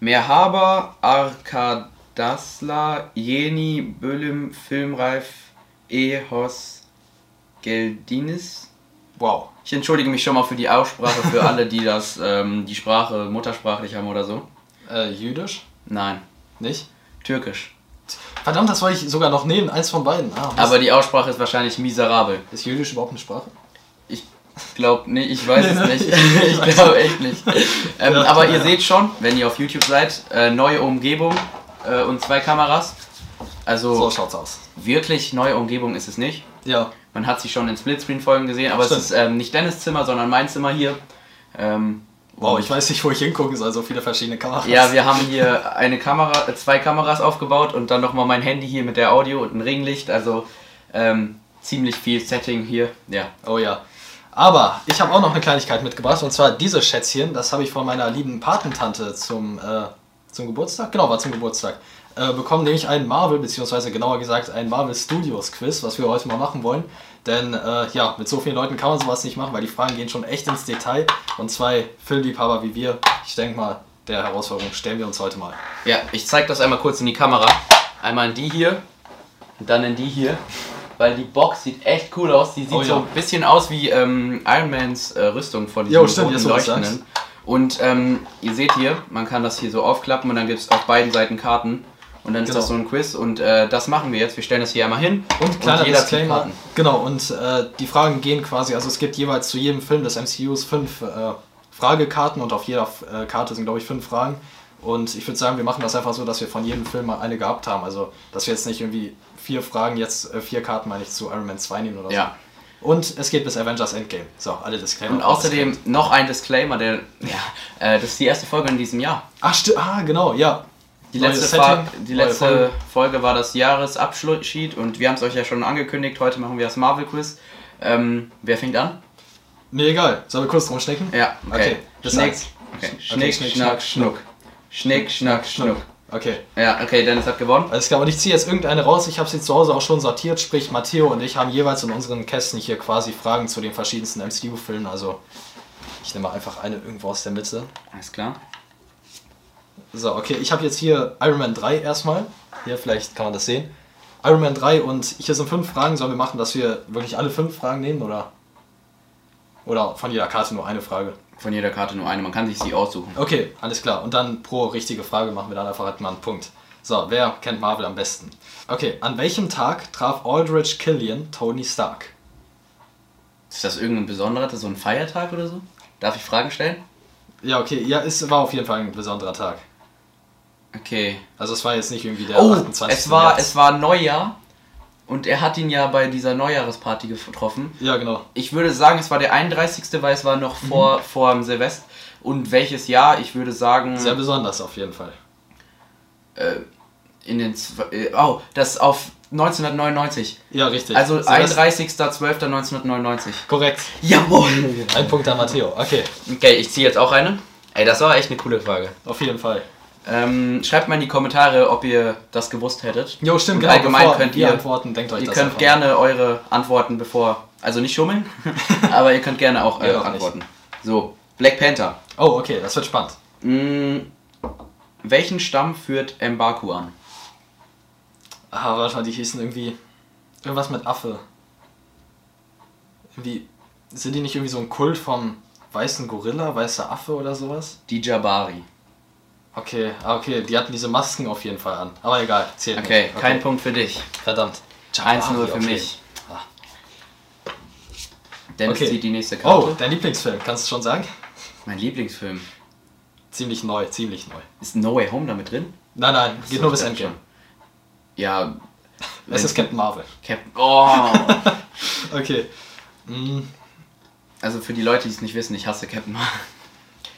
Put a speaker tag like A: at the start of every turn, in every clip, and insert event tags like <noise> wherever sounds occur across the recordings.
A: Merhaba Arkadaşlar, yeni bölüm Filmreif E. Hos Geldiniz. Wow. Ich entschuldige mich schon mal für die Aussprache, für alle, die
B: <laughs>
A: das, ähm, die Sprache muttersprachlich haben oder so.
B: Äh, jüdisch?
A: Nein,
B: Nicht?
A: türkisch.
B: Verdammt, das wollte ich sogar noch nehmen. Eins von beiden. Ah, was-
A: Aber die Aussprache ist wahrscheinlich miserabel.
B: ist jüdisch überhaupt eine Sprache?
A: Ich glaube nicht, ich weiß
B: Nee,
A: es
B: ne? <laughs>
A: nicht. ich glaube echt nicht. Ähm,
B: Ja,
A: aber
B: ja.
A: ihr seht schon, wenn ihr auf YouTube seid, äh, neue Umgebung äh, und zwei Kameras. Also
B: So schaut's aus.
A: wirklich neue Umgebung ist es nicht.
B: Ja.
A: Man hat sie schon in Splitscreen-Folgen gesehen, aber
B: Stimmt.
A: es ist ähm, nicht Dennis Zimmer, sondern mein Zimmer hier. Ähm,
B: Wow, ich weiß nicht, wo ich hingucken soll. So viele verschiedene Kameras.
A: ja, wir haben hier eine Kamera, äh, zwei Kameras aufgebaut und dann nochmal mein Handy hier mit der Audio und ein Ringlicht. Also ähm, ziemlich viel Setting hier. Ja.
B: Oh ja. Aber ich habe auch noch eine Kleinigkeit mitgebracht und zwar dieses Schätzchen, das habe ich von meiner lieben Patentante zum, äh, zum Geburtstag, genau, war zum Geburtstag, äh, bekommen, nämlich einen Marvel, beziehungsweise genauer gesagt ein Marvel Studios Quiz, was wir heute mal machen wollen. Denn äh, ja, mit so vielen Leuten kann man sowas nicht machen, weil die Fragen gehen schon echt ins Detail und zwei Filmliebhaber wie wir, ich denke mal, der Herausforderung stellen wir uns heute mal.
A: Ja, ich zeig das einmal kurz in die Kamera. Einmal in die hier und dann in die hier. Weil die Box sieht echt cool aus. Die sieht
B: Oh ja.
A: so ein bisschen aus wie ähm, Iron Mans äh, Rüstung von diesem
B: Jo, stimmt,
A: roten
B: jetzt wo du's
A: Leuchtenden.
B: sagst.
A: Und ähm, ihr seht hier, man kann das hier so aufklappen und dann gibt's auf beiden Seiten Karten. Und dann ist
B: Genau.
A: das so ein Quiz und äh, das machen wir jetzt. Wir stellen das hier einmal hin.
B: Und kleiner
A: jeder zieht
B: Disclaimer.
A: Karten.
B: Genau, und äh, die Fragen gehen quasi, also es gibt jeweils zu jedem Film des MCUs fünf äh, Fragekarten und auf jeder äh, Karte sind, glaube ich, fünf Fragen. Und ich würde sagen, wir machen das einfach so, dass wir von jedem Film mal eine gehabt haben. Also, dass wir jetzt nicht irgendwie vier Fragen, jetzt äh, vier Karten, meine ich, zu Iron Man 2 nehmen oder
A: Ja.
B: so. Und es geht bis Avengers Endgame. So, alle Disclaimer.
A: Und außerdem noch ein Disclaimer, der. <laughs> Ja, äh, das ist die erste Folge in diesem Jahr.
B: Ach, sti- ah, genau, ja.
A: Die
B: Neues
A: letzte,
B: Setting,
A: Fa- die
B: neue
A: letzte
B: Folge.
A: Folge. war das Jahresabschied und wir haben es euch ja schon angekündigt. Heute machen wir das Marvel-Quiz. Ähm, wer fängt an?
B: Mir egal. Sollen wir kurz drum schnecken?
A: Ja, okay.
B: bis
A: Schnick,
B: eins.
A: okay.
B: Okay,
A: Schnick, schnack, schnuck. Schnick, schnack, schnuck.
B: Okay.
A: Ja, okay, Dennis hat gewonnen.
B: Alles klar, und Also ich ziehe jetzt irgendeine raus. Ich habe sie zu Hause auch schon sortiert, sprich Matteo und ich haben jeweils in unseren Kästen hier quasi Fragen zu den verschiedensten MCU-Filmen. Also ich nehme mal einfach eine irgendwo aus der Mitte.
A: Alles klar.
B: So, okay, ich habe jetzt hier Iron Man 3 erstmal. Hier, vielleicht kann man das sehen. Iron Man 3 und hier sind fünf Fragen. Sollen wir machen, dass wir wirklich alle fünf Fragen nehmen oder? Oder von jeder Karte nur eine Frage?
A: Von jeder Karte nur eine, man kann sich sie aussuchen.
B: Okay, alles klar. Und dann pro richtige Frage machen wir dann einfach halt mal einen Punkt. So, wer kennt Marvel am besten? Okay, an welchem Tag traf Aldrich Killian Tony Stark?
A: Ist das irgendein besonderer, so ein Feiertag oder so? Darf ich Fragen stellen?
B: Ja, okay, ja, es war auf jeden Fall ein besonderer Tag.
A: Okay.
B: Also es war jetzt nicht irgendwie der
A: Oh,
B: 28.
A: es war,
B: März.
A: es war Neujahr und er hat ihn ja bei dieser Neujahresparty getroffen.
B: Ja, genau.
A: Ich würde sagen, es war der 31., weil es war noch vor, vor dem Silvester. Und welches Jahr? Ich würde sagen,
B: Sehr besonders auf jeden Fall.
A: in den. zw- äh, Oh, das auf 1999.
B: Ja, richtig.
A: Also
B: Silvester-
A: 31.12.1999.
B: Korrekt.
A: Jawohl!
B: Ein Punkt an Matteo. Okay,
A: Okay, ich ziehe jetzt auch eine. Ey, das war echt eine coole Frage.
B: auf jeden Fall.
A: Ähm, schreibt mal in die Kommentare, ob ihr das gewusst hättet.
B: Jo, stimmt,
A: Und
B: genau.
A: allgemein
B: bevor
A: könnt
B: ihr
A: ihr-
B: antworten, denkt euch
A: Ihr
B: das
A: könnt
B: einfach
A: gerne eure Antworten bevor. Also nicht <laughs> schummeln, aber ihr könnt gerne auch
B: Ja,
A: eure
B: doch nicht.
A: Antworten. So, Black Panther.
B: mal. Oh, okay, das wird spannend.
A: Mm, welchen Stamm führt Mbaku an?
B: Ah, warte mal, die hießen irgendwie. Irgendwas mit Affe. Irgendwie. Sind die nicht irgendwie so ein Kult vom weißen Gorilla, weißer Affe oder sowas?
A: Die Jabari.
B: Okay, ah, okay, die hatten diese Masken auf jeden Fall an. Aber egal, zählt
A: Okay,
B: nicht.
A: kein Punkt für dich.
B: Verdammt.
A: 1-0 für
B: okay.
A: mich.
B: Ah.
A: Dennis
B: Okay.
A: zieht die nächste
B: Oh,
A: Karte.
B: dein Lieblingsfilm, kannst du schon sagen?
A: Mein Lieblingsfilm.
B: Ziemlich neu, ziemlich neu.
A: Ist No Way Home damit drin?
B: Nein, nein, geht nur bis
A: das ist
B: Endgame.
A: <laughs> Ja,
B: Es ist Captain Marvel.
A: Captain. Oh!
B: Okay. Mm.
A: <laughs> also für die Leute, die es nicht wissen, ich hasse Captain Marvel.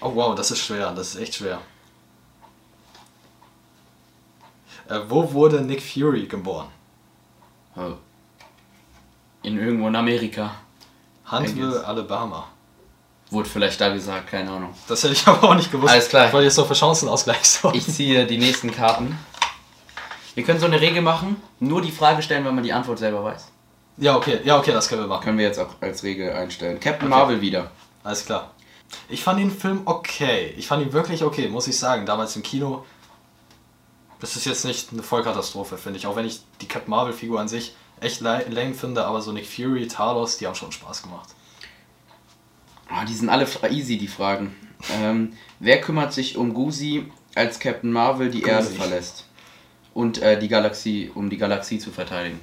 B: Oh wow, das ist schwer, das ist echt schwer. Äh, wo wurde Nick Fury geboren?
A: Oh. In irgendwo in Amerika.
B: Huntsville,
A: Angus.
B: Alabama.
A: Wurde vielleicht da gesagt, keine Ahnung.
B: Das hätte ich <laughs> aber auch nicht gewusst.
A: Alles klar.
B: Weil jetzt noch für Chancenausgleich <laughs> sorgen.
A: Ich ziehe die nächsten Karten. Wir können so eine Regel machen, nur die Frage stellen, wenn man die Antwort selber weiß.
B: ja, okay, ja, okay, das können wir machen.
A: Können wir jetzt auch als Regel einstellen. Captain Marvel wieder.
B: Alles klar. Ich fand den Film okay. Ich fand ihn wirklich okay, muss ich sagen. Damals im Kino. Das ist jetzt nicht eine Vollkatastrophe, finde ich. Auch wenn ich die Captain Marvel-Figur an sich echt la- lame finde, aber so Nick Fury, Talos, die haben schon Spaß gemacht.
A: Ah, die sind alle fra- easy, die Fragen. Ähm, wer kümmert sich um Gusi, als Captain Marvel die Erde
B: Guzi.
A: verlässt? Und äh, die Galaxie, um die Galaxie zu verteidigen.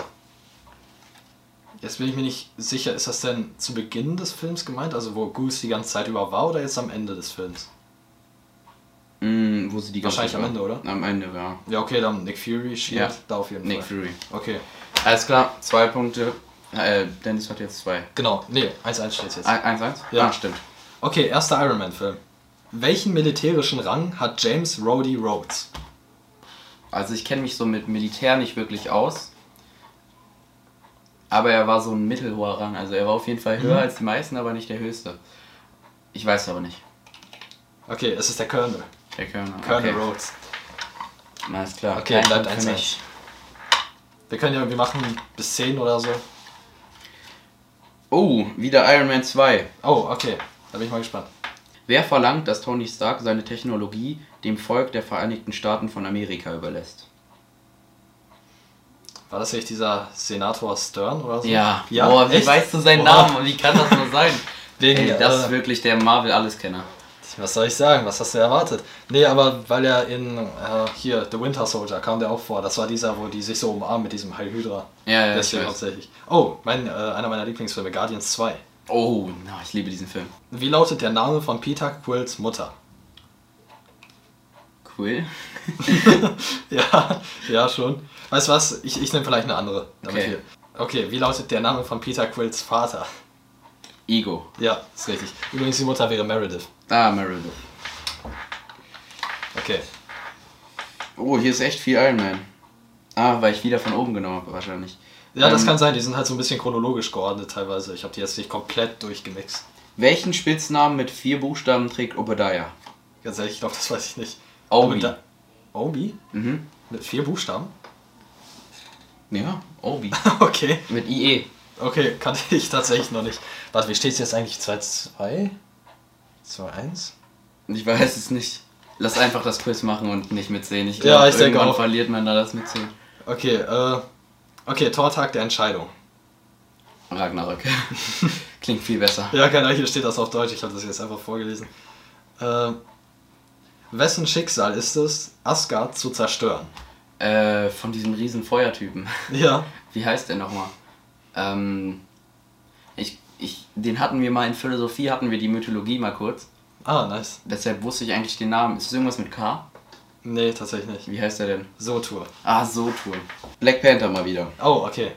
B: Jetzt bin ich mir nicht sicher, ist das denn zu Beginn des Films gemeint, also wo Goose die ganze Zeit über war, oder jetzt am Ende des Films?
A: Mm, wo sie die ganze
B: Wahrscheinlich
A: Zeit
B: am Ende, oder?
A: war. Am Ende, ja.
B: Ja, okay, dann Nick Fury, Shield,
A: Ja.
B: da auf jeden
A: Nick
B: Fall.
A: Fury.
B: Okay,
A: Alles klar, zwei Punkte. Äh, Dennis hat jetzt zwei.
B: genau. Nee, 1-1 steht jetzt.
A: Ein- Eins, eins?
B: Ja.
A: Ah, stimmt.
B: Okay, erster Iron Man-Film. Welchen militärischen Rang hat James Rhodey Rhodes?
A: Also ich kenne mich so mit Militär nicht wirklich aus. Aber er war so ein mittelhoher Rang. Also er war auf jeden Fall
B: Mhm.
A: höher als die meisten, aber nicht der höchste. Ich weiß aber nicht.
B: Okay, es ist der Colonel.
A: Der Colonel.
B: Colonel
A: okay.
B: Rhodes.
A: Alles klar.
B: Okay, bleibt
A: Punkt
B: eins,
A: für
B: eins.
A: mich.
B: Wir können ja irgendwie machen bis 10 oder so.
A: Oh, wieder Iron Man 2.
B: Oh, okay. Da bin ich mal gespannt.
A: Wer verlangt, dass Tony Stark seine Technologie dem Volk der Vereinigten Staaten von Amerika überlässt?
B: War das nicht dieser Senator Stern oder so?
A: Ja.
B: ja
A: Boah, wie
B: echt?
A: weißt du seinen
B: Boah.
A: Namen und wie kann das nur
B: <laughs>
A: sein?
B: Wegen,
A: Ey, das ist
B: äh,
A: wirklich der Marvel-Alleskenner.
B: was soll ich sagen? Was hast du erwartet? Nee, aber weil er in äh, hier The Winter Soldier kam der auch vor. Das war dieser, wo die sich so umarmen mit diesem Heil Hydra.
A: Ja, ja,
B: Deswegen
A: Äh, ich weiß.
B: hauptsächlich. Oh, mein, äh, einer meiner Lieblingsfilme, Guardians 2.
A: Oh, na, ich liebe diesen Film.
B: Wie lautet der Name von Peter Quills Mutter? <laughs>
A: Cool.
B: Ja, ja, schon. Weißt du was? Ich, ich nehme vielleicht eine andere. Damit
A: Okay.
B: Wir... okay, wie lautet der Name von Peter Quills Vater? <laughs>
A: Ego.
B: Ja, ist richtig. Übrigens, die Mutter wäre Meredith.
A: Ah, Meredith.
B: Okay.
A: Oh, hier ist echt viel Iron Man. Ah, weil ich wieder von oben genommen habe, wahrscheinlich.
B: Ja, das
A: Ähm,
B: kann sein. Die sind halt so ein bisschen chronologisch geordnet teilweise. Ich habe die jetzt nicht komplett durchgemixt.
A: Welchen Spitznamen mit vier Buchstaben trägt Obadiah?
B: Ganz ehrlich, ich glaube, das weiß ich nicht.
A: Obi.
B: Aber Da... Obi?
A: Mhm.
B: Mit vier Buchstaben? <laughs>
A: Ja, Obi.
B: okay.
A: <laughs> mit E. IE.
B: Okay, kannte ich tatsächlich noch nicht. Warte, wie steht es jetzt eigentlich? 2-2? 2-1?
A: Ich weiß es nicht. Lass einfach das Quiz machen und nicht mitzählen. Ich
B: Ja,
A: glaub,
B: ich denke
A: irgendwann
B: auch.
A: verliert man da das Mitzählen.
B: Okay, äh... Okay, Tortag der Entscheidung.
A: Ragnarök. <laughs> Klingt viel besser.
B: Ja, keine Ahnung, hier steht das auf Deutsch, ich habe das jetzt einfach vorgelesen. Ähm, wessen Schicksal ist es, Asgard zu zerstören?
A: Äh, von diesem riesen Feuertypen.
B: Ja.
A: Wie heißt der nochmal? Ähm, ich, ich, den hatten wir mal in Philosophie, hatten wir die Mythologie mal kurz.
B: Ah, nice.
A: Deshalb wusste ich eigentlich den Namen. Ist es irgendwas mit K?
B: Nee, tatsächlich nicht.
A: Wie heißt er denn?
B: So Tour.
A: Ah, so cool. Black Panther mal wieder.
B: Oh, okay.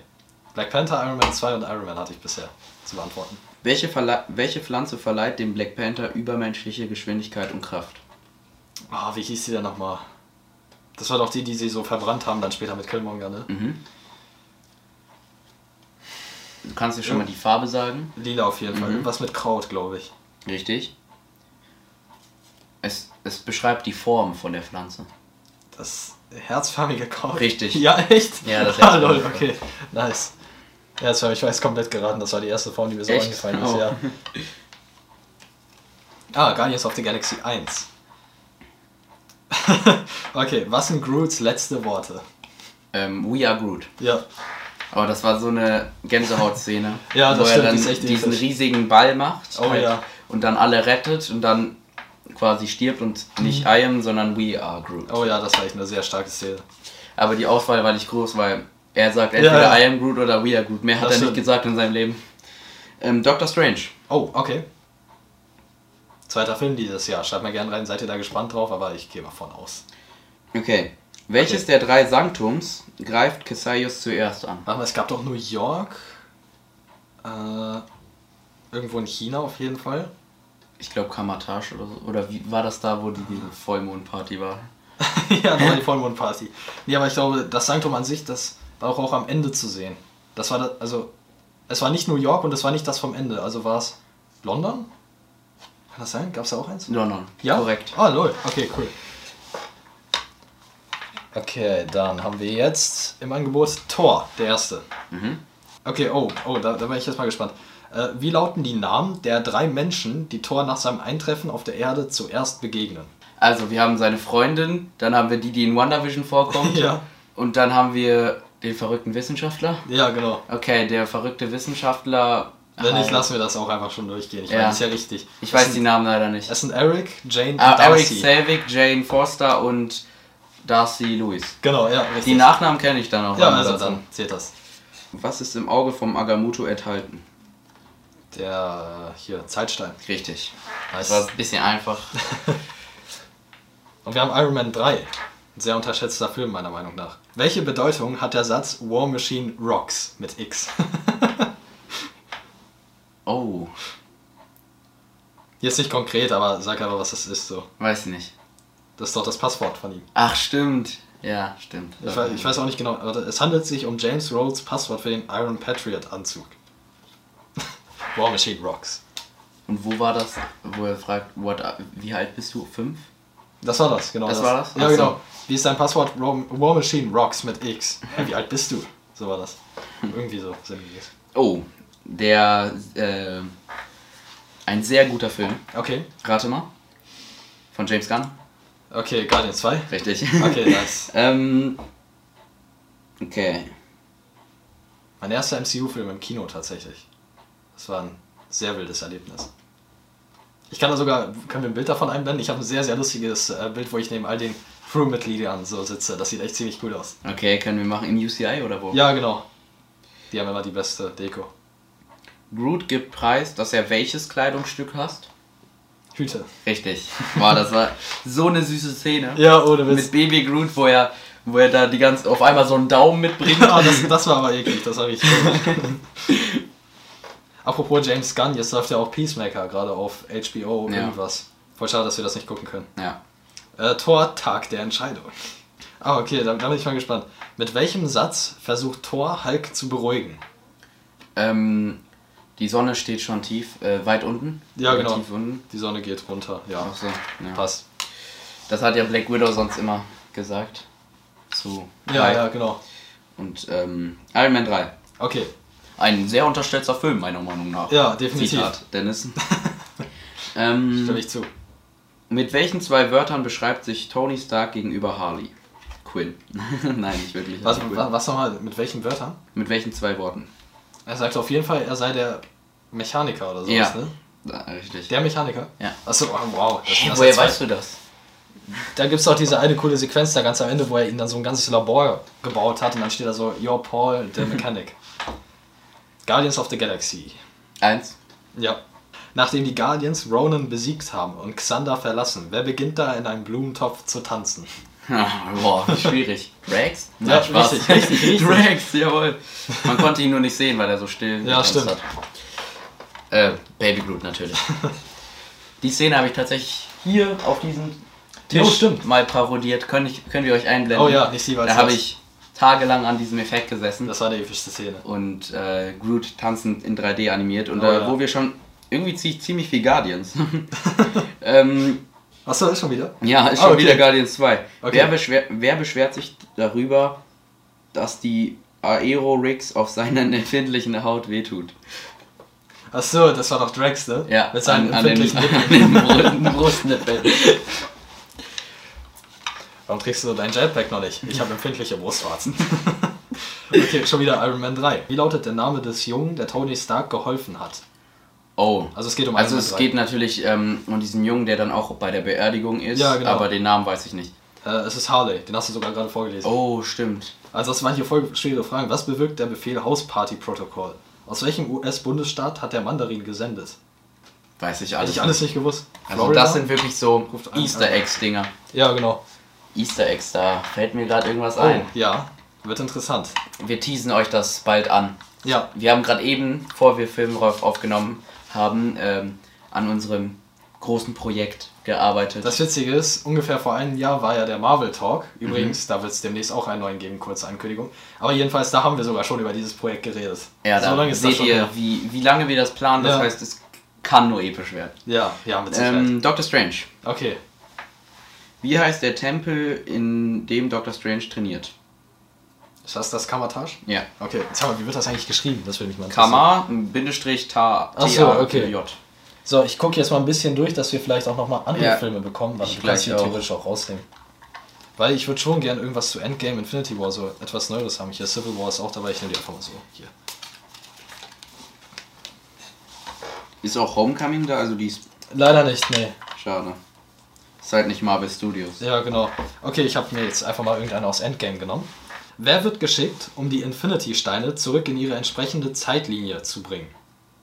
B: Black Panther, Iron Man 2 und Iron Man hatte ich bisher zu beantworten.
A: Welche, Verlei- welche Pflanze verleiht dem Black Panther übermenschliche Geschwindigkeit und Kraft?
B: Ah, wie hieß die denn nochmal? Das war doch die, die sie so verbrannt haben, dann später mit Killmonger, ne?
A: Mhm. Du kannst dir schon mal die Farbe sagen.
B: Lila auf jeden Fall.
A: Mhm.
B: Irgendwas mit Kraut, glaube ich.
A: Richtig. Es, es beschreibt die Form von der Pflanze.
B: Das herzförmige Kraut.
A: Richtig.
B: Ja, echt?
A: Ja, das
B: Ah, lol,
A: herzförmige
B: okay. Nice. Ja, das war, ich weiß komplett geraten. Das war die erste Form, die mir so
A: Echt?
B: eingefallen ist,
A: Oh.
B: ja. Ah, Guardians of the Galaxy 1. <laughs> okay, was sind Groots letzte Worte?
A: Ähm, We are Groot.
B: Ja,
A: Aber das war so eine
B: <laughs>
A: Gänsehautszene.
B: Ja, das
A: wo
B: stimmt,
A: er
B: die
A: dann
B: ist echt
A: diesen
B: episch.
A: riesigen Ball macht halt
B: Oh ja.
A: und dann alle rettet und dann quasi stirbt und nicht
B: Mhm.
A: I am, sondern We are Groot.
B: oh ja, das war echt eine sehr starke Szene.
A: Aber die Auswahl war nicht groß, weil er sagt entweder
B: Ja, ja.
A: I am Groot oder We are Groot. Mehr hat
B: Das
A: er nicht
B: stimmt.
A: gesagt in seinem Leben. Ähm, Doctor Strange.
B: Oh, okay. Zweiter Film dieses Jahr. Schreibt mal gerne rein, seid ihr da gespannt drauf, aber ich gehe mal von aus.
A: Okay. Welches der drei Sanktums greift Cassius zuerst an?
B: Warte mal, es gab doch New York. Äh, irgendwo in China auf jeden Fall. <laughs>
A: Ich glaube Kamatage oder so. Oder wie war das da, wo die, diese Vollmondparty war?
B: ja, das war die Vollmondparty. Nee, aber ich glaube, das Sanktum an sich, das war auch, auch am Ende zu sehen. Das war da, also, es war nicht New York und es war nicht das vom Ende. Also war es London? Kann das sein? Gab es da auch eins?
A: London. Korrekt.
B: Ah, lol. Okay, cool. Okay, dann haben wir jetzt im Angebot Thor, der erste.
A: Mhm.
B: Okay, oh, oh, da, da bin ich jetzt mal gespannt. Äh, wie lauten die Namen der drei Menschen, die Thor nach seinem Eintreffen auf der Erde zuerst begegnen?
A: Also, wir haben seine Freundin, dann haben wir die, die in WandaVision <laughs> vorkommt.
B: Ja.
A: Und dann haben wir den verrückten Wissenschaftler.
B: Ja, genau.
A: Okay, der verrückte Wissenschaftler.
B: Wenn nicht,
A: Ah,
B: lassen wir das auch einfach schon durchgehen. Ich
A: Ja.
B: meine, das ist ja richtig.
A: Ich
B: es
A: weiß die
B: sind,
A: Namen leider nicht.
B: Es sind Eric, Jane und
A: Ah, Eric
B: Darcy.
A: Selvig, Jane Forster und Darcy Lewis.
B: genau, ja, richtig.
A: Die Nachnamen kenne ich dann auch.
B: ja,
A: alle
B: also
A: dazu.
B: dann zählt das.
A: Was ist im Auge vom Agamotto enthalten?
B: Der äh, hier, Zeitstein.
A: Richtig. Das
B: Nice.
A: war ein bisschen einfach.
B: Und wir haben Iron Man 3. Ein sehr unterschätzter Film, meiner Meinung nach. Welche Bedeutung hat der Satz War Machine Rocks mit X? <laughs>
A: Oh,
B: Jetzt nicht konkret, aber sag einfach, was das ist. So.
A: weiß nicht.
B: Das ist doch das Passwort von ihm.
A: Ach, stimmt. Ja, stimmt.
B: Ich, weiß, ich weiß auch nicht genau. Warte, es handelt sich um James Rhodes Passwort für den Iron Patriot Anzug. <laughs> War Machine Rocks.
A: Und wo war das, wo er fragt, what, are- wie alt bist du? Fünf?
B: Das war das, genau.
A: Das war das?
B: Ja,
A: Ach so.
B: genau. Wie ist dein Passwort? War, War Machine Rocks mit X. Ja, wie alt bist du? So
A: <laughs>
B: war das. Irgendwie so. sinngemäß.
A: Oh, der, äh, ein sehr guter Film.
B: Okay.
A: Rate mal. Von James Gunn.
B: Okay, Guardian 2.
A: Richtig.
B: Okay,
A: <laughs>
B: nice.
A: ähm, okay.
B: Mein erster MCU-Film im Kino tatsächlich. Das war ein sehr wildes Erlebnis. Ich kann da sogar, können wir ein Bild davon einblenden? Ich habe ein sehr, sehr lustiges äh, Bild, wo ich neben all den Crewmitgliedern so sitze. Das sieht echt ziemlich cool aus.
A: Okay, können wir machen im UCI oder wo?
B: Ja, genau. Die haben immer die beste Deko.
A: Groot gibt Preis, dass er welches Kleidungsstück hast.
B: Hüte.
A: Richtig. Wow, das war so eine süße Szene.
B: Ja, ohne
A: Mit Baby Groot, wo er, wo er da die ganze, auf einmal so einen Daumen mitbringt.
B: ah, das, das war aber eklig, das habe ich. <laughs> Apropos James Gunn, jetzt läuft ja auch Peacemaker gerade auf HBO
A: Ja.
B: irgendwas. Voll schade, dass wir das nicht gucken können.
A: ja.
B: Äh, Thor, Tag der Entscheidung. Ah, okay, dann, dann bin ich mal gespannt. Mit welchem Satz versucht Thor, Hulk zu beruhigen?
A: Ähm, die Sonne steht schon tief, äh, weit unten.
B: Ja,
A: Oder
B: genau.
A: Tief unten.
B: Die Sonne geht runter. Ja,
A: Ach so, ja.
B: passt.
A: Das hat ja Black Widow sonst immer gesagt. Zu
B: Ja,
A: Hulk.
B: ja, genau.
A: Und ähm, Iron Man 3.
B: Okay,
A: Ein sehr unterstellter Film, meiner Meinung nach.
B: ja, definitiv.
A: Zitat, Dennis.
B: <laughs>
A: ähm,
B: Stimme ich zu.
A: mit welchen zwei Wörtern beschreibt sich Tony Stark gegenüber Harley? Quinn. <laughs> Nein, nicht wirklich.
B: Was,
A: Quinn.
B: was nochmal, mit welchen Wörtern?
A: Mit welchen zwei Worten?
B: Er sagt auf jeden Fall, er sei der Mechaniker oder sowas,
A: Ja.
B: ne?
A: Ja, richtig.
B: Der Mechaniker?
A: Ja.
B: Achso, oh, wow. Das sind
A: Hä,
B: erst
A: woher
B: zwei.
A: weißt du das?
B: Da gibt es auch diese eine coole Sequenz da ganz am Ende, wo er ihn dann so ein ganzes Labor gebaut hat und dann steht da so, You're Paul, the Mechanic. <laughs> Guardians of the Galaxy. <laughs>
A: Eins.
B: Ja. Nachdem die Guardians Ronan besiegt haben und Xander verlassen, wer beginnt da in einem Blumentopf zu tanzen?
A: Ah, Boah, wie schwierig. Drax?
B: Ja,
A: Nein, Spaß.
B: richtig, richtig, richtig.
A: Drax, jawohl. Man konnte ihn nur nicht sehen, weil er so still
B: Ja,
A: getanzt
B: stimmt.
A: hat. Äh, Baby Groot
B: <laughs>
A: natürlich. Die Szene habe ich tatsächlich hier auf diesem Tisch
B: Jo, stimmt.
A: mal parodiert. Können, ich, können wir euch einblenden?
B: Oh ja, nicht sie, weil
A: Da
B: es
A: habe
B: was.
A: ich tagelang an diesem Effekt gesessen
B: Das war eine epischste Szene.
A: und äh, Groot tanzend in 3D animiert. Und
B: Oh
A: äh,
B: ja.
A: wo wir schon... Irgendwie ziehe ich ziemlich viel Guardians. <laughs> ähm,
B: Achso, ist schon wieder?
A: ja, ist
B: Ah,
A: schon
B: okay.
A: wieder Guardians 2.
B: Okay.
A: Wer, beschwer wer beschwert sich darüber, dass die Aero-Rigs auf seiner <laughs> empfindlichen Haut wehtut?
B: Achso, das war doch Drax, ne?
A: Ja,
B: Mit seinen
A: an, an den,
B: empfindlichen Lippen.
A: an <laughs> den Brüsten- Brustnippeln.
B: Warum trägst du dein Jetpack noch nicht? Ich habe
A: <laughs>
B: empfindliche Brustwarzen. okay, schon wieder Iron Man 3. Wie lautet der Name des Jungen, der Tony Stark geholfen hat?
A: Oh.
B: Also es geht um
A: Also
B: Iron
A: es
B: Man
A: geht natürlich ähm, um diesen Jungen, der dann auch bei der Beerdigung ist,
B: Ja, genau.
A: aber den Namen weiß ich nicht.
B: 3. Äh, es ist Harley, den hast du sogar gerade vorgelesen.
A: Oh, stimmt.
B: Also das waren hier voll schwere Fragen. Was bewirkt der Befehl Hausparty-Protokoll? Aus welchem US-Bundesstaat hat der Mandarin gesendet?
A: Weiß ich
B: Hätte
A: alles.
B: ich alles nicht gewusst.
A: Also
B: Florida?
A: das sind wirklich so
B: Ruft an,
A: Easter
B: also.
A: Eggs-Dinger.
B: Ja, genau.
A: Easter Eggs, da fällt mir gerade irgendwas
B: Oh,
A: ein.
B: ja. Wird interessant.
A: Wir teasen euch das bald an.
B: Ja.
A: Wir haben gerade eben, bevor wir Filmrolf aufgenommen haben, ähm, an unserem großen Projekt gearbeitet.
B: Das Witzige ist, ungefähr vor einem Jahr war ja der Marvel Talk.
A: Mhm.
B: Übrigens, da wird es demnächst auch einen neuen geben, kurze Ankündigung. Aber jedenfalls, da haben wir sogar schon über dieses Projekt geredet.
A: ja, da
B: so lange ist das
A: seht
B: schon
A: ihr,
B: her.
A: wie, wie lange wir das planen. Das
B: Ja.
A: heißt, es kann nur episch werden.
B: Ja, ja, mit Sicherheit.
A: Ähm, Doctor Strange.
B: okay.
A: Wie heißt der Tempel, in dem Doctor Strange trainiert?
B: Ist das das Kamatage?
A: Ja.
B: Okay, sag mal, wie wird das eigentlich geschrieben? Das würde mich mal interessieren.
A: Kama, Bindestrich, Ta,
B: Ach so,
A: T A,
B: okay.
A: J.
B: So, ich gucke jetzt mal ein bisschen durch, dass wir vielleicht auch nochmal andere
A: Ja.
B: Filme bekommen, weil
A: Ich
B: du
A: gleich
B: kannst hier
A: auch.
B: theoretisch auch rausnehmen. Weil ich würde schon gern irgendwas zu Endgame, Infinity War, so etwas Neues haben. Hier Civil War ist auch dabei, ich nehme die einfach mal so. Hier.
A: Ist auch Homecoming da? Also die ist
B: Leider nicht, nee.
A: schade. Ist halt nicht Marvel Studios.
B: Ja, genau. Okay, ich habe mir jetzt einfach mal irgendeinen aus Endgame genommen. Wer wird geschickt, um die Infinity-Steine zurück in ihre entsprechende Zeitlinie zu bringen?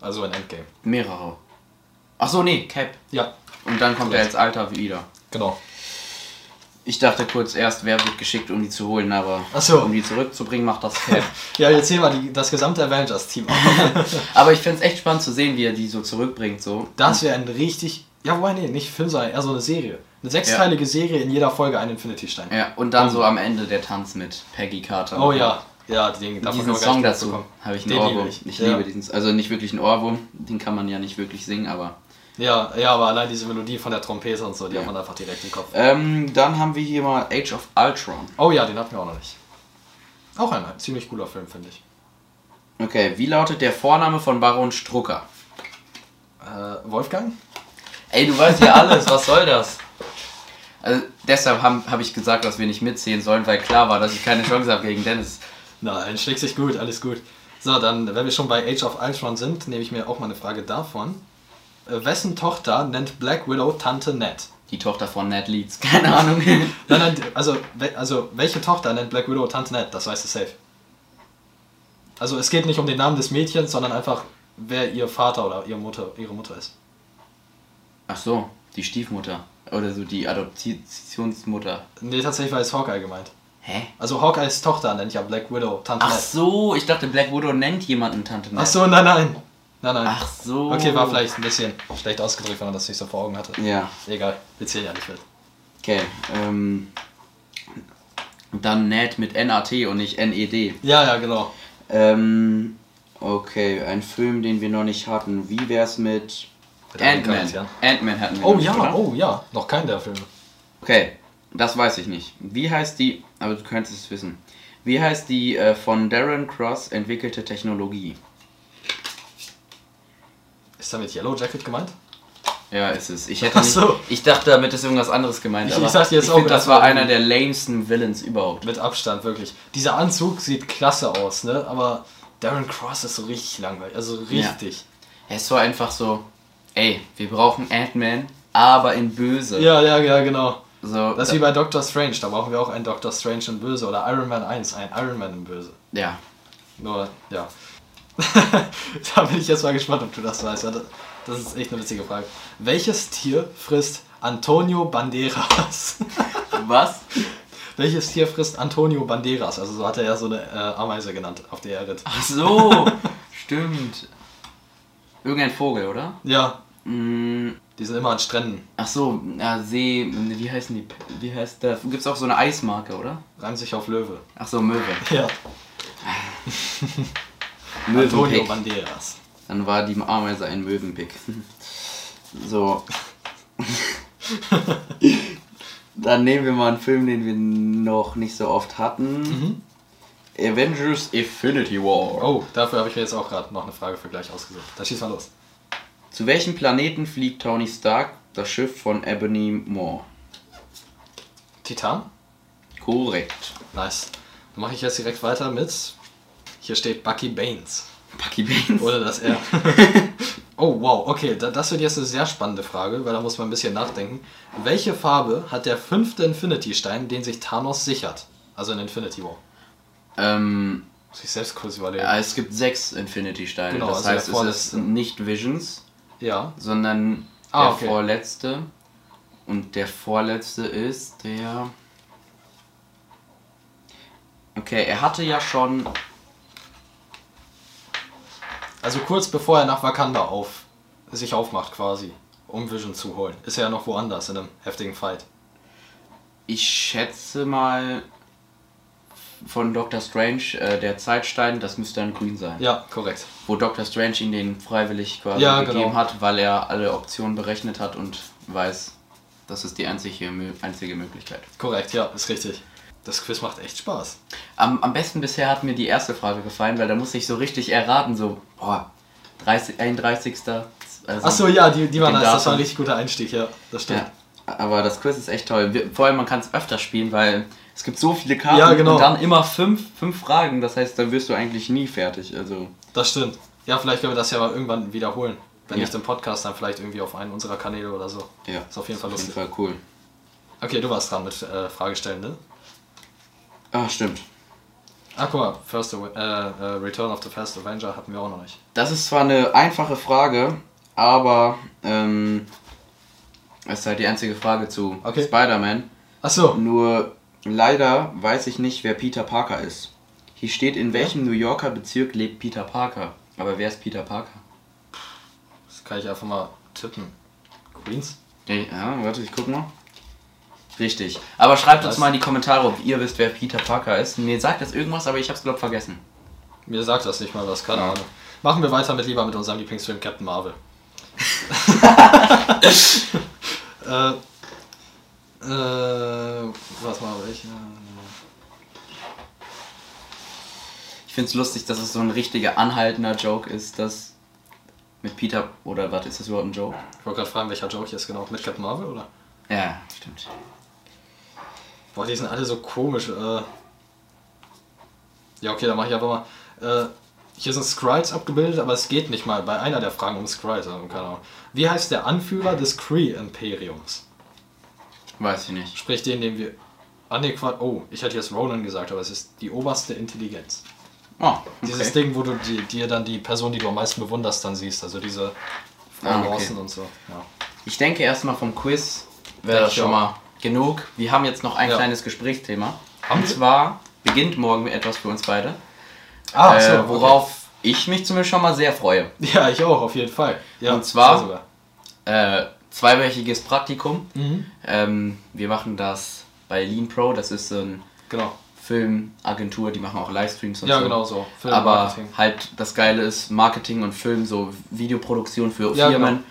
B: Also in Endgame.
A: Mehrere. Ach so, nee, Cap.
B: Ja,
A: Und dann kommt er als alter wieder.
B: genau.
A: Ich dachte kurz erst, wer wird geschickt, um die zu holen, aber
B: Ach so.
A: um die zurückzubringen, macht das Cap.
B: <laughs> Ja, jetzt sehen wir die, das gesamte Avengers-Team auf.
A: <laughs> aber ich find's echt spannend zu sehen, wie er die so zurückbringt. So.
B: Das wäre ein richtig. Ja, wobei, nee, nicht Film, sondern eher so eine Serie. Eine sechsteilige Serie, in jeder Folge ein Infinity-Stein.
A: Ja, und dann so am Ende der Tanz mit Peggy Carter.
B: Oh ja, ja, den darf
A: diesen
B: man
A: Song dazu habe ich einen
B: Den liebe
A: Ohrwurm.
B: ich.
A: Ich,
B: Ja.
A: liebe diesen, also nicht wirklich einen Ohrwurm, den kann man ja nicht wirklich singen, aber.
B: Ja, ja, aber allein diese Melodie von der Trompete und so, die
A: Ja.
B: hat man einfach direkt im Kopf.
A: Ähm, dann haben wir hier mal Age of Ultron.
B: Oh ja, den hatten wir auch noch nicht. Auch ein, ein ziemlich cooler Film, finde ich.
A: Okay, wie lautet der Vorname von Baron Strucker?
B: Äh, Wolfgang?
A: Ey, du weißt ja alles, was soll das? Also, deshalb habe hab ich gesagt, dass wir nicht mitziehen sollen, weil klar war, dass ich keine Chance habe gegen Dennis.
B: Nein, schlägt sich gut, alles gut. So, dann, wenn wir schon bei Age of Ultron sind, nehme ich mir auch mal eine Frage davon. Äh, wessen Tochter nennt Black Widow Tante Ned?
A: Die Tochter von Ned Leeds, <laughs> keine Ahnung.
B: <laughs> Nein, nein, also, we- also welche Tochter nennt Black Widow Tante Ned? Das weißt du safe. Also es geht nicht um den Namen des Mädchens, sondern einfach, wer ihr Vater oder ihre Mutter, ihre Mutter ist.
A: Ach so, die Stiefmutter. Oder so die Adoptionsmutter.
B: Nee, tatsächlich war es Hawkeye gemeint.
A: Hä?
B: Also Hawkeyes Tochter nennt ja Black Widow Tante
A: Ach
B: Ned.
A: so, ich dachte, Black Widow nennt jemanden Tante Ned.
B: Ach so, nein, nein. Nein, nein.
A: Ach so.
B: Okay, war vielleicht ein bisschen schlecht ausgedrückt, wenn man das nicht so vor Augen hatte.
A: Ja,
B: Egal, wir zählen ja nicht mit.
A: okay. Ähm, dann Ned mit NAT und nicht NED.
B: Ja, ja, genau.
A: Ähm, okay, ein Film, den wir noch nicht hatten. Wie wär's mit
B: Mit anderen
A: Ant-Man?
B: Charakteren.
A: Ant-Man hatten wir.
B: Oh
A: noch nicht,
B: ja,
A: oder?
B: oh ja. Noch kein der Filme.
A: Okay, das weiß ich nicht. Wie heißt die, aber du könntest es wissen. Wie heißt die äh, von Darren Cross entwickelte Technologie?
B: Ist damit Yellow Jacket gemeint?
A: Ja, ist es. Ich hätte
B: Ach so.
A: nicht, ich dachte, damit ist irgendwas anderes gemeint.
B: Ich-
A: aber
B: ich dachte jetzt auch,
A: find, das
B: das
A: war
B: war
A: einer der lamesten Villains überhaupt.
B: Mit Abstand, wirklich. Dieser Anzug sieht klasse aus, ne? Aber Darren Cross ist so richtig langweilig. Also richtig.
A: Es war einfach so, ey, wir brauchen Ant-Man, aber in böse.
B: Ja, ja, ja, genau.
A: So,
B: Das ist wie bei Doctor Strange. Da brauchen wir auch einen Doctor Strange in Böse. Oder Iron Man 1, einen Iron Man in Böse. <laughs>
A: ja.
B: Nur, ja. <laughs> da bin ich jetzt mal gespannt, ob du das weißt. Ja, Das das ist echt eine witzige Frage. Welches Tier frisst Antonio Banderas? <laughs>
A: Was?
B: Welches Tier frisst Antonio Banderas? Also so hat er ja so eine äh, Ameise genannt, auf der er ritt.
A: Ach
B: <laughs>
A: so, stimmt. Irgendein Vogel, oder?
B: Ja,
A: Mm,
B: die sind immer an Stränden.
A: Ach so, ja, See, wie heißen die? Wie heißt da? Gibt's auch so eine Eismarke, oder?
B: Reimt sich auf Löwe. <laughs>
A: Ach so, Möwe.
B: Ja. Antonio
A: Möwenpick.
B: Banderas.
A: Dann war die Ameise ein Möwenpick. <laughs> So. <laughs> Dann nehmen wir mal einen Film, den wir noch nicht so oft hatten.
B: Mhm.
A: Avengers Infinity War.
B: Oh, dafür habe ich mir jetzt auch gerade noch eine Frage für gleich ausgesucht. Dann schieß mal los.
A: Zu welchem Planeten fliegt Tony Stark das Schiff von Ebony Maw?
B: Titan?
A: Korrekt.
B: Nice. Dann mache ich jetzt direkt weiter mit. Hier steht Bucky Baines.
A: Bucky Baines.
B: Oder das <laughs> R. oh, wow. Okay, da, das wird jetzt eine sehr spannende Frage, weil da muss man ein bisschen nachdenken. Welche Farbe hat der fünfte Infinity-Stein, den sich Thanos sichert? Also in Infinity War.
A: Ähm,
B: Muss ich selbst kurz überlegen.
A: ja, es gibt sechs Infinity-Steine.
B: Genau,
A: das
B: also
A: heißt,
B: der
A: es ist
B: vorletzte.
A: nicht Visions,
B: Ja.
A: sondern
B: Ah,
A: der
B: okay.
A: vorletzte. Und der vorletzte ist der. Okay, er hatte ja schon.
B: Also kurz bevor er nach Wakanda auf, sich aufmacht quasi, um Vision zu holen. Ist er ja noch woanders in einem heftigen Fight.
A: Ich schätze mal von Dr. Strange, äh, der Zeitstein, das müsste dann grün sein.
B: Ja, korrekt.
A: Wo Dr. Strange ihn den freiwillig quasi
B: Ja,
A: gegeben
B: genau.
A: hat, weil er alle Optionen berechnet hat und weiß, das ist die einzige, Mö- einzige Möglichkeit.
B: Korrekt, ja, ist richtig. Das Quiz macht echt Spaß.
A: Am, am besten bisher hat mir die erste Frage gefallen, weil da musste ich so richtig erraten, so, boah, 30, 31. Also,
B: Achso, ja, die, die war
A: den
B: nice. Das war
A: Datum.
B: ein richtig guter Einstieg, ja. Das stimmt.
A: Ja, aber das Quiz ist echt toll. Wir, vor allem, man kann es öfter spielen, weil es gibt so viele Karten
B: Ja, genau.
A: und dann immer fünf, fünf Fragen. Das heißt, dann wirst du eigentlich nie fertig. Also,
B: Das stimmt. Ja, vielleicht können wir das ja mal irgendwann wiederholen. Wenn
A: Ja.
B: nicht im Podcast, dann vielleicht irgendwie auf einen unserer Kanäle oder so.
A: ja.
B: Ist auf jeden Fall
A: auf jeden
B: lustig.
A: Fall cool.
B: Okay, du warst dran mit äh, Fragestellen, ne?
A: Ah, stimmt.
B: Ah, guck mal, First Awa- äh, äh, Return of the First Avenger hatten wir auch noch nicht.
A: Das ist zwar eine einfache Frage, aber ähm, es ist halt die einzige Frage zu
B: Okay.
A: Spider-Man. Hm.
B: Achso,
A: Nur leider weiß ich nicht, wer Peter Parker ist. Hier steht, in welchem New Yorker Bezirk lebt Peter Parker. Aber wer ist Peter Parker?
B: das kann ich einfach mal tippen. Queens?
A: Nee, Ja, warte, ich guck mal. Richtig. Aber schreibt uns
B: Was?
A: mal in die Kommentare, ob ihr wisst, wer Peter Parker ist. Mir sagt das irgendwas, aber ich hab's glaub vergessen.
B: Mir sagt das nicht mal was, keine
A: Ja.
B: Ahnung. Machen wir weiter mit lieber mit unserem Lieblingsfilm Captain Marvel. <laughs> äh, äh, was mal welche?
A: Ich find's lustig, dass es so ein richtiger anhaltender Joke ist, dass mit Peter oder was ist das überhaupt ein Joke?
B: Ich wollte gerade fragen, welcher Joke hier ist genau. Mit Captain Marvel oder?
A: Ja, stimmt.
B: Boah, die sind alle so komisch. Äh. Ja, okay, dann mache ich einfach mal. Äh, hier sind Scrites abgebildet, aber es geht nicht mal bei einer der Fragen um Scrites. Also, keine Ahnung. Wie heißt der Anführer des Kree-Imperiums?
A: Weiß ich nicht.
B: Sprich den, den wir. Ah, nee, Quatsch. Oh, ich hätte jetzt Ronan gesagt, aber es ist die oberste Intelligenz.
A: Oh,
B: Dieses
A: okay.
B: Ding, wo du die- dir dann die Person, die du am meisten bewunderst, dann siehst. Also diese Frau
A: Ah, okay.
B: Lawson und so. Ja.
A: Ich denke erstmal vom Quiz wäre das
B: Ich auch.
A: schon mal genug. Wir haben jetzt noch ein
B: Ja.
A: kleines Gesprächsthema.
B: Haben
A: und
B: wir?
A: zwar beginnt morgen etwas für uns beide,
B: Ah, so,
A: äh, worauf ich mich zumindest schon mal sehr freue.
B: Okay. Ja, ich auch, auf jeden Fall. Ja,
A: Und zwar-
B: sehr sogar.
A: äh, zweiwöchiges Praktikum.
B: Mhm.
A: Ähm, wir machen das bei Lean Pro, das ist so eine
B: Genau.
A: Filmagentur, die machen auch Livestreams und
B: Ja,
A: so.
B: genau so. Film,
A: Aber
B: Marketing.
A: halt das Geile ist Marketing und Film, so Videoproduktion für
B: Ja,
A: Firmen.
B: genau.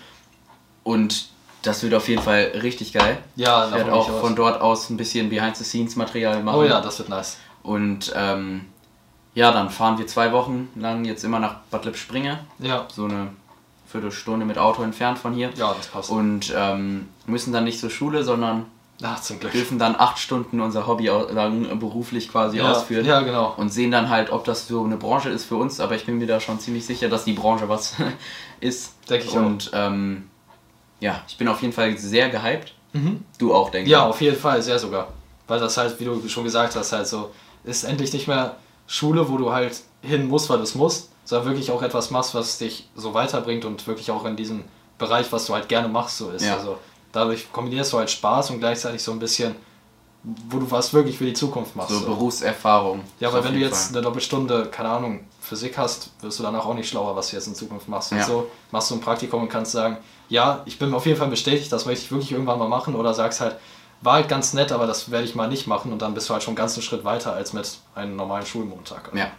A: Und das wird auf jeden Fall richtig geil.
B: Ja,
A: Ich
B: davon
A: werde
B: bin ich
A: auch
B: aus.
A: von dort aus ein bisschen Behind-the-Scenes-Material machen.
B: Oh ja, das wird nice.
A: Und ähm, ja, dann fahren wir zwei Wochen lang jetzt immer nach Bad Lippspringe.
B: Ja,
A: So eine Viertelstunde mit Auto entfernt von hier.
B: ja, das passt.
A: und ähm, müssen dann nicht zur Schule, sondern
B: Ach, zum Glück.
A: dürfen dann acht Stunden unser Hobby au- lang beruflich quasi
B: Ja,
A: ausführen
B: ja, genau.
A: und sehen dann halt, ob das so eine Branche ist für uns, aber ich bin mir da schon ziemlich sicher, dass die Branche was <laughs> ist.
B: Denke ich
A: und ähm, ja, ich bin auf jeden Fall sehr gehypt.
B: Mhm.
A: Du auch, denke ich.
B: Ja, auf jeden Fall, sehr sogar. Weil das halt, wie du schon gesagt hast, halt so, ist endlich nicht mehr Schule, wo du halt hin musst, weil du es musst, sondern wirklich auch etwas machst, was dich so weiterbringt und wirklich auch in diesem Bereich, was du halt gerne machst, so ist.
A: Ja.
B: Also dadurch kombinierst du halt Spaß und gleichzeitig so ein bisschen, wo du was wirklich für die Zukunft machst.
A: So
B: so.
A: Berufserfahrung.
B: Ja,
A: Ist
B: aber
A: auf
B: wenn du
A: jeden
B: jetzt ne-
A: Fall.
B: eine Doppelstunde, keine Ahnung, Physik hast, wirst du danach auch nicht schlauer, was du jetzt in Zukunft machst. Und
A: Ja.
B: so machst du ein Praktikum und kannst sagen, ja, ich bin auf jeden Fall bestätigt, das möchte ich wirklich irgendwann mal machen. Oder sagst halt, war halt ganz nett, aber das werde ich mal nicht machen. Und dann bist du halt schon ganz einen Schritt weiter als mit einem normalen Schulmontag.
A: Ja.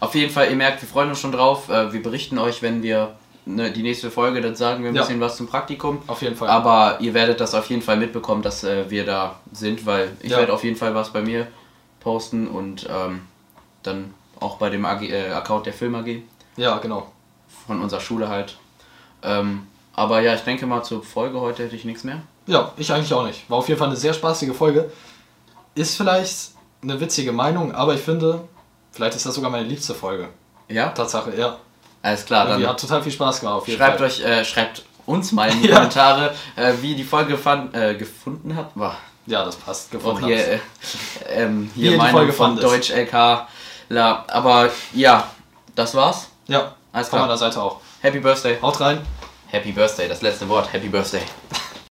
A: Auf jeden Fall, ihr merkt, wir freuen uns schon drauf. Äh, Wir berichten euch, wenn wir ne, die nächste Folge, dann sagen wir ein
B: Ja.
A: bisschen was zum Praktikum.
B: Auf jeden Fall.
A: Aber ihr werdet das auf jeden Fall mitbekommen, dass äh, wir da sind, weil ich
B: Ja.
A: werde auf jeden Fall was bei mir posten und ähm, dann auch bei dem AG, äh, Account der Film AG
B: ja, genau.
A: von unserer Schule halt. Ähm, aber ja, ich denke mal zur Folge heute hätte ich nichts mehr.
B: Ja, ich eigentlich auch nicht. War auf jeden Fall eine sehr spaßige Folge. Ist vielleicht eine witzige Meinung, aber ich finde, vielleicht ist das sogar meine liebste Folge.
A: Ja,
B: Tatsache, ja.
A: alles klar.
B: Irgendwie
A: Dann
B: hat total viel Spaß gemacht. Auf jeden
A: schreibt
B: Fall.
A: euch, äh, schreibt uns mal in die
B: <laughs> Ja.
A: Kommentare, äh, wie ihr die Folge fand, äh, gefunden habt. Boah,
B: Ja, das passt.
A: auch
B: Gefunden
A: hier,
B: hab's.
A: äh, ähm,
B: ihr
A: hier
B: die
A: meine
B: Folge
A: von
B: fandet.
A: Deutsch LK. La. Aber ja, das war's.
B: Ja,
A: Alles
B: äh, von
A: klar.
B: meiner Seite auch.
A: Happy Birthday.
B: Haut rein.
A: Happy Birthday, das letzte Wort. Happy Birthday.